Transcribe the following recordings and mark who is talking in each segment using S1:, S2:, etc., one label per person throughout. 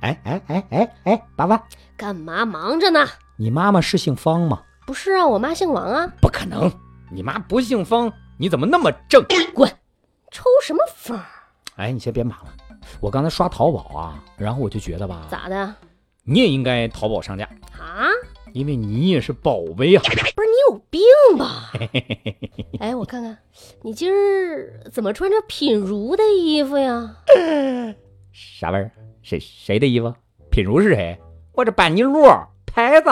S1: 哎哎哎哎哎，八万，
S2: 干嘛忙着呢？
S1: 你妈妈是姓方吗？
S2: 不是啊，我妈姓王啊，
S1: 不可能，你妈不姓方，你怎么那么正？
S2: 抽什么风？
S1: 哎，你先别骂了，我刚才刷淘宝啊，然后我就觉得吧，
S2: 咋的
S1: 你也应该淘宝上架，
S2: 啊？
S1: 因为你也是宝贝啊。
S2: 不是你有病 吧？哎，我看看，你今儿怎么穿着品如的衣服呀？
S1: 啥玩意儿？谁谁的衣服？品如是谁？我这板尼路牌子。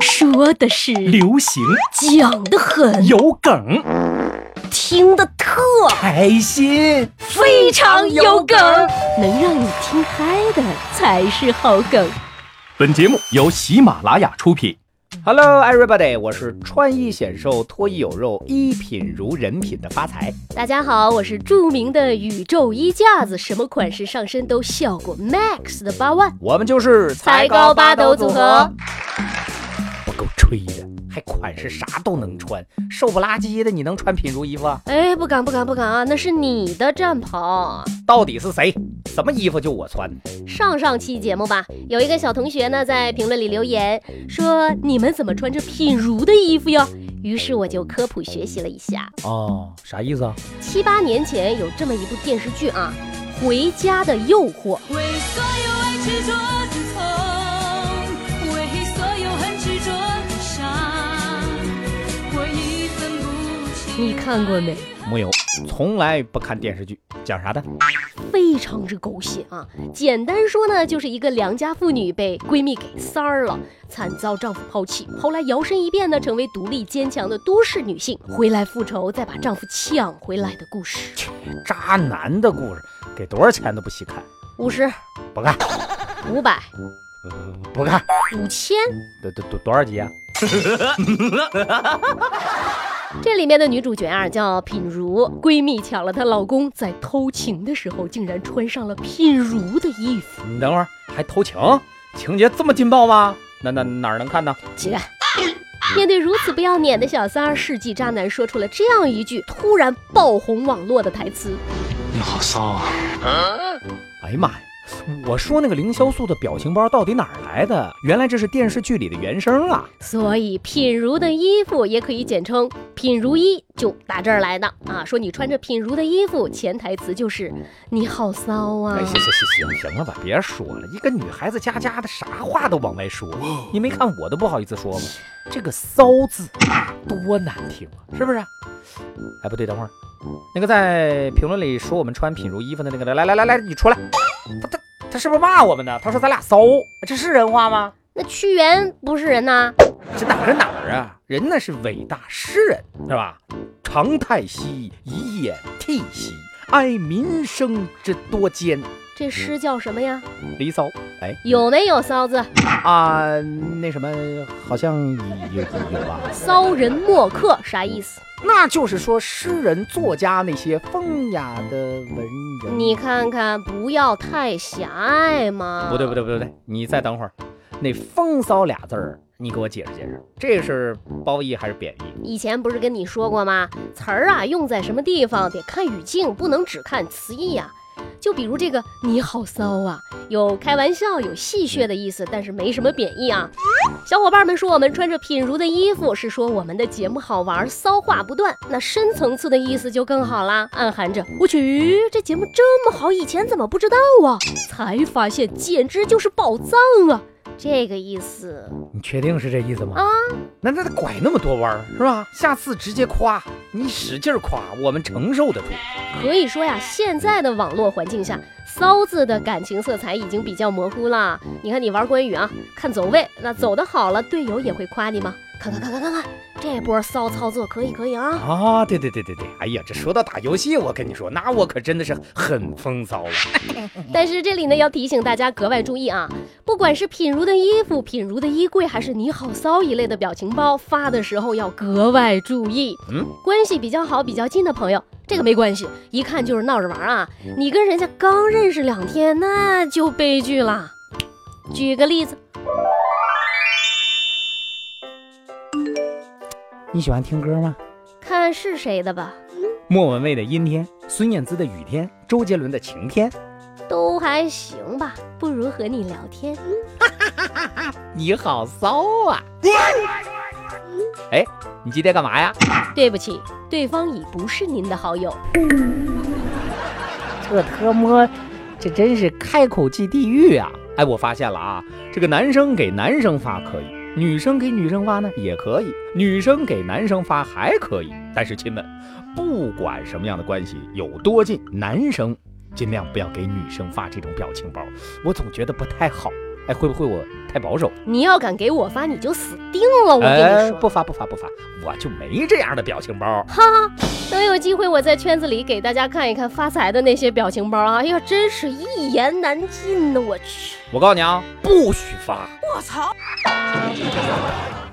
S2: 说的是，
S3: 流行
S2: 讲的很，
S3: 有梗，
S2: 听的特
S3: 开心。
S2: 非常有梗，能让你听嗨的才是好梗。
S3: 本节目由喜马拉雅出品。
S1: Hello everybody，我是穿衣显瘦、脱衣有肉、衣品如人品的发财。
S2: 大家好，我是著名的宇宙衣架子，什么款式上身都效果 max 的八万。
S1: 我们就是
S2: 才高八斗组合，
S1: 不够吹的，还款式啥都能穿，瘦不拉几的你能穿品如衣服啊？
S2: 哎，不敢不敢不敢啊，那是你的战袍。
S1: 到底是谁？什么衣服就我穿？
S2: 上上期节目吧，有一个小同学呢在评论里留言说：“你们怎么穿着品如的衣服呀？”于是我就科普学习了一下，
S1: 哦，啥意思啊？
S2: 七八年前有这么一部电视剧啊，《回家的诱惑》。
S4: 为所有爱执着的痛，为所有恨执着的伤，我一分不弃。
S2: 你看过没？
S1: 木有，从来不看电视剧，讲啥的？
S2: 非常之狗血啊！简单说呢，就是一个良家妇女被闺蜜给三儿了，惨遭丈夫抛弃，后来摇身一变呢，成为独立坚强的都市女性，回来复仇，再把丈夫抢回来的故事。
S1: 渣男的故事，给多少钱都不稀看，
S2: 五十、
S1: 不看，
S2: 五百、
S1: 呃不看。
S2: 五千，
S1: 多多多多少集啊？
S2: 这里面的女主角啊叫品如，闺蜜抢了她老公，在偷情的时候竟然穿上了品如的衣服。
S1: 你等会儿还偷情，情节这么劲爆吗？那那哪儿能看呢？
S2: 起来。面对如此不要脸的小三儿，世纪渣男说出了这样一句突然爆红网络的台词：
S3: 你好骚啊！
S1: 哎呀妈呀！我说那个凌潇肃的表情包到底哪儿来的？原来这是电视剧里的原声啊！
S2: 所以品如的衣服也可以简称品如衣，就打这儿来的啊。说你穿着品如的衣服，潜台词就是你好骚啊
S1: 哎，。行行行行行了吧，别说了，一个女孩子家家的，啥话都往外说，你没看我都不好意思说吗？这个“骚”字多难听啊，是不是？哎，不对，等会儿，那个在评论里说我们穿品如衣服的那个，来来来来，你出来，他他他是不是骂我们呢？他说咱俩骚，这是人话吗？
S2: 那屈原不是人呐、
S1: 这哪儿哪儿啊？人那是伟大诗人，是吧？常太息，以掩涕兮，哀民生之多艰。
S2: 这诗叫什么呀？
S1: 离骚，哎
S2: 有没有骚字？
S1: 啊，那什么，好像有有 吧？
S2: 骚人墨客啥意思？
S1: 那就是说，诗人、作家那些风雅的文人。
S2: 你看看，不要太狭隘嘛。
S1: 不对，不对，不对，不对，你再等会儿。那“风骚”俩字儿，你给我解释解释，这是褒义还是贬义？
S2: 以前不是跟你说过吗？词儿啊，用在什么地方得看语境，不能只看词义呀、就比如这个“你好骚啊”，有开玩笑、有戏谑的意思，但是没什么贬义啊。小伙伴们说我们穿着品如的衣服，是说我们的节目好玩，骚话不断。那深层次的意思就更好啦，暗含着我去，这节目这么好，以前怎么不知道啊？才发现简直就是宝藏啊！这个意思。
S1: 你确定是这意思吗？
S2: 啊，
S1: 那那拐那么多弯儿是吧？下次直接夸，你使劲儿夸，我们承受得住。
S2: 可以说呀，现在的网络环境下，“骚”字的感情色彩已经比较模糊了。你看，你玩关羽啊，看走位，那走的好了，队友也会夸你吗？看看看看看看，这波骚操作可以可以啊！
S1: 啊，对对对对对，哎呀，这说到打游戏，我跟你说，那我可真的是很风骚了。啊
S2: 但是这里呢，要提醒大家格外注意啊，不管是品如的衣服、品如的衣柜，还是你好骚一类的表情包，发的时候要格外注意。
S1: 嗯，
S2: 关系比较好、比较近的朋友，这个没关系，一看就是闹着玩啊。你跟人家刚认识两天，那就悲剧啦。举个例子，
S1: 你喜欢听歌吗？
S2: 看看是谁的吧，
S1: 莫文蔚的阴天，孙燕姿的雨天，周杰伦的晴天。
S2: 都还行吧，不如和你聊天。
S1: 你好骚啊！哎，你今天干嘛呀？
S2: 对不起，对方已不是您的好友。
S1: 这特么，这真是开口即地狱啊！哎，我发现了啊，这个男生给男生发可以，女生给女生发呢也可以，女生给男生发还可以。但是亲们，不管什么样的关系有多近，男生尽量不要给女生发这种表情包，我总觉得不太好。哎，会不会我太保守？
S2: 你要敢给我发，你就死定了！我跟
S1: 哎
S2: 你，说，
S1: 不发不发不发，我就没这样的表情包。
S2: 等有机会我在圈子里给大家看一看发财的那些表情包啊！哎呀，真是一言难尽呢，我去。
S1: 我告诉你啊，不许发。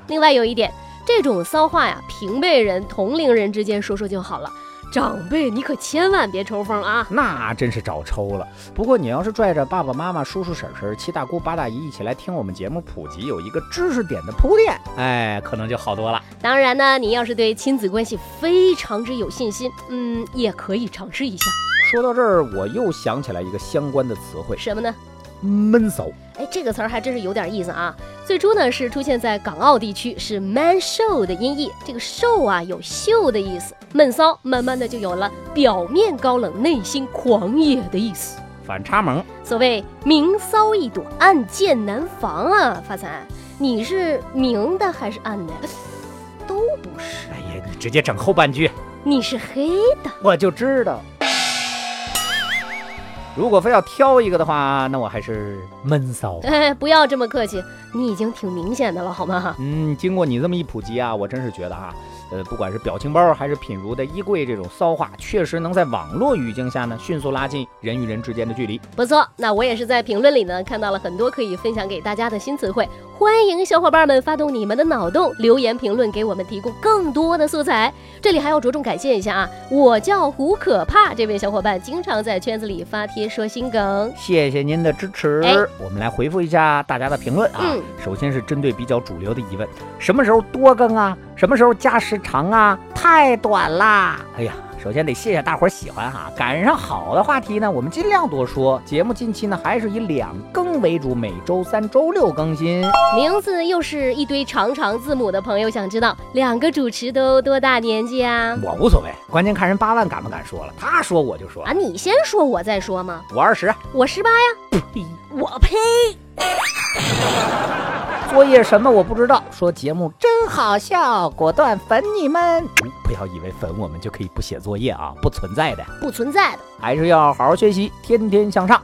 S2: 另外有一点，这种骚话呀，平辈人、同龄人之间说说就好了，长辈你可千万别抽风啊！
S1: 那真是找抽了。不过你要是拽着爸爸妈妈、叔叔婶婶、七大姑八大姨一起来听我们节目普及，有一个知识点的铺垫，哎，可能就好多了。
S2: 当然呢，你要是对亲子关系非常之有信心，嗯，也可以尝试一下
S1: 说到这儿，我又想起来一个相关的词汇
S2: 什么呢？
S1: ——闷骚。
S2: 哎，这个词儿还真是有点意思啊！最初呢是出现在港澳地区，是 man show 的音译。这个 show 啊有秀的意思，闷骚慢慢的就有了表面高冷、内心狂野的意思。
S1: 反差萌，
S2: 所谓明骚易躲，暗箭难防啊！发财，你是明的还是暗的？都不是，
S1: 哎呀，你直接整后半句，
S2: 你是黑的。
S1: 我就知道。如果非要挑一个的话，那我还是闷骚。
S2: 哎，不要这么客气，你已经挺明显的了，好吗？
S1: 嗯，经过你这么一普及啊，我真是觉得啊，呃，不管是表情包还是品如的衣柜这种骚话，确实能在网络语境下呢，迅速拉近人与人之间的距离。
S2: 不错，那我也是在评论里呢看到了很多可以分享给大家的新词汇，欢迎小伙伴们发动你们的脑洞，留言评论给我们提供更多的素材。这里还要着重感谢一下啊，我叫胡可怕这位小伙伴，经常在圈子里发帖说新梗。
S1: 谢谢您的支持，
S2: 哎
S1: 我们来回复一下大家的评论啊。
S2: 嗯
S1: 首先是针对比较主流的疑问，什么时候多更啊？什么时候加时长啊？太短啦！哎呀，首先得谢谢大伙儿喜欢哈、赶上好的话题呢，我们尽量多说。节目近期呢，还是以两更为主，每周三、周六更新。
S2: 名字又是一堆长长字母的朋友，想知道两个主持都多大年纪啊？
S1: 我无所谓，关键看人八万敢不敢说了。他说我就说
S2: 啊，，你先说，我再说嘛。
S1: 我二十，啊哎
S2: 我十八呀，我呸！
S1: 作业什么我不知道。说节目真好笑，果断粉你们。哎不要以为粉我们就可以不写作业啊，不存在的，
S2: 不存在的。
S1: 还是要好好学习，天天向上。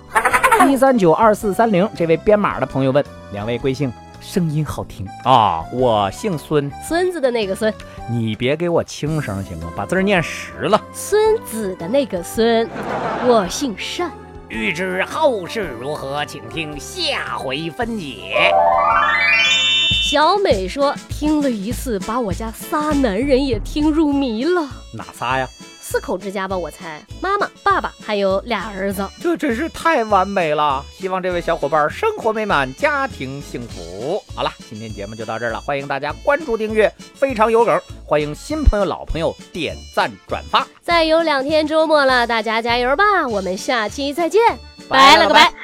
S1: 一三九二四三零，这位编码的朋友问，两位贵姓？声音好听啊、我姓孙，
S2: 孙子的那个孙，
S1: 你别给我轻声行吗？把字儿念实了。
S2: 孙子的那个孙，我姓单。
S5: 欲知后事如何，请听下回分解。
S2: 小美说，听了一次，把我家仨男人也听入迷了。
S1: 哪仨呀？
S2: 四口之家吧，我猜，妈妈、爸爸还有俩儿子。
S1: 这真是太完美了！希望这位小伙伴生活美满，家庭幸福。好了，今天节目就到这儿了，欢迎大家关注订阅，非常有梗，欢迎新朋友老朋友点赞转发，
S2: 再有两天周末了，大家加油吧！我们下期再见，
S1: 拜
S2: 拜
S1: 了
S2: 了个
S1: 个
S2: 拜
S1: 拜。